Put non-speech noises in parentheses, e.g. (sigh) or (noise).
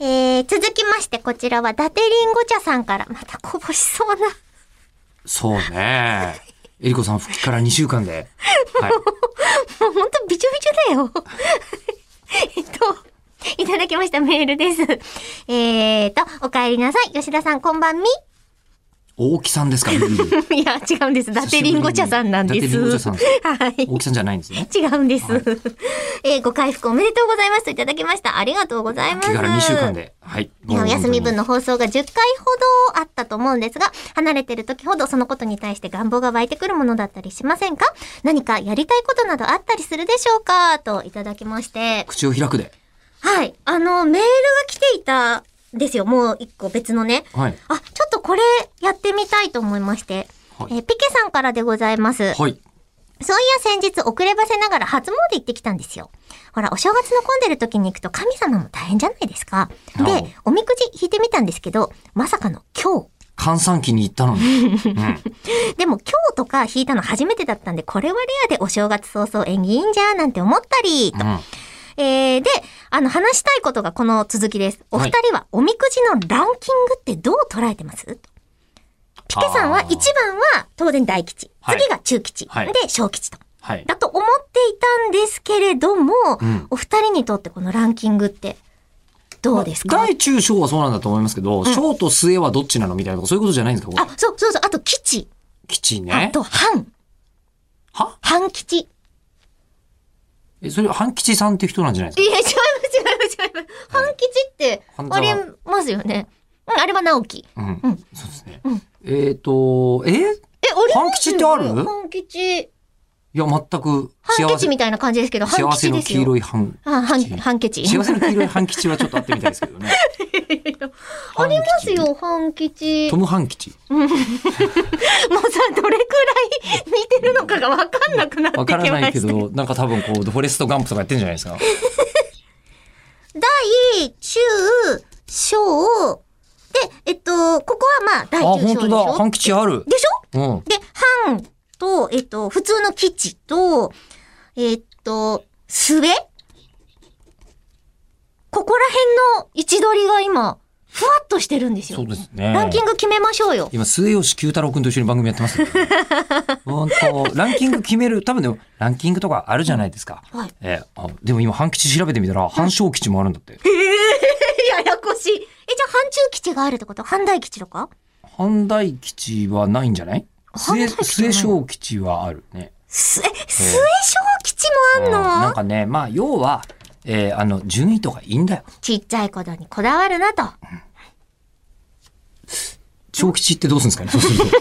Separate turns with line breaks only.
えー続きまして、こちらは、伊達りんご茶さんから、またこぼしそうな。 (laughs)
そうね。えりこさん復帰から2週間で。はい。
もうほんとびちょびちょだよ。 (laughs) えっと、いただきましたメールです。えーと、お帰りなさい。吉田さん、こんばんみ。 (laughs)
大木さんですか、ね、
いや、違うんです。伊達りんご茶さんなんです。
伊達りんご茶さん
(laughs) はい。
大木さんじゃないんですね。
違うんです。 (laughs) えーご回復おめでとうございますといただきました。ありがとうございます。
復帰から2週間で。はい。
ねお休み分
の。
の放送が10回ほどあったと思うんですが、離れてる時ほどそのことに対して願望が湧いてくるものだったりしませんか何かやりたいことなどあったりするでしょうかといただきまして。
口を開くで。
はい。あの、メールが来ていたんですよ。もう一個別のね。
はい。
あ、ちょっとこれやってみたいと思いまして。
はい
えーピケさんからでございます。
はい。
そういや先日遅ればせながら初詣行ってきたんですよ。ほら、お正月の混んでる時に行くと神様も大変じゃないですか。で
なるほど、
おみくじ引いてみたんですけど、まさかの今
閑散期に行ったのに。うん。
日。でも今日とか引いたの初めてだったんで、これはレアでお正月早々縁起いいんじゃーなんて思ったり、と。
うん。
えー、で、あの、話したいことがこの続きです。お二人はおみくじのランキングってどう捉えてますピケさんは
あ
1
ー
番は当然大吉、
はい
次が中吉、
はい
で小吉と。
はい。
だと思っていたんですけれども、
うん
お二人にとってこのランキングってどうですか、
大中小はそうなんだと思いますけど、小と末はどっちなのみたいなとか、そういうことじゃないんですかこ
あ、
れ
そうそうそう、あと吉、
吉
あ
ね。
と半、
は
半吉。い
え、それ、半吉さんっていう人なんじゃないで
(laughs)
す
や、違います、違います、違います。半吉って、
半
あ
沢
りますよね。うん、あれは直樹。
かう
うんん。
そうですね
うん。
えっと、え
え、俺
半吉ってある
半吉。
いや、全く
半
幸
吉
せ、
みたいな感じですけど、半
幸せ
吉
の
です
黄
よ。
色い半。
あ、半、半吉。
幸せの黄色い半吉はちょっと会ってみたいですけどね。
(laughs) ありますよ、半吉。
ト
も
ム半吉。
うさ、どれくらい似てるのかがわかんなくなってきました。
わからないけど、なんか多分こう、フォレストガンプとかやってんじゃないですか。
大、中、小、で、えっと、ここはまあ、
あ、
大中
本
小で
当
し
だ。
ょ
半吉ある。
でしょ
うん。
で、半と、えっと、普通の吉と、えっと、末ここら辺の位置取りが今、ふわっとしてるんです
そ
よ
う。ですね。
ランキング決めましょうよ。
今、末吉九太郎くんと一緒に番組やってます
(laughs)
けどね本当、ランキング決める、多分でも、ランキングとかあるじゃないですか。
はい。 (laughs)
えーあでも今、半吉調べてみたら、半小吉もあるんだって。
ややこしい。え、じゃあ、半中吉があるってこと半大吉とか
半大吉はないんじゃない
半大
末
吉はない
末小吉はあるね。
す、え、末小吉もあんの、
なんかね、まあ、要は、えーあの、順位とかいいんだよ。
ちっちゃいことにこだわるなと。
小吉ってどうするんですかね、そうすると。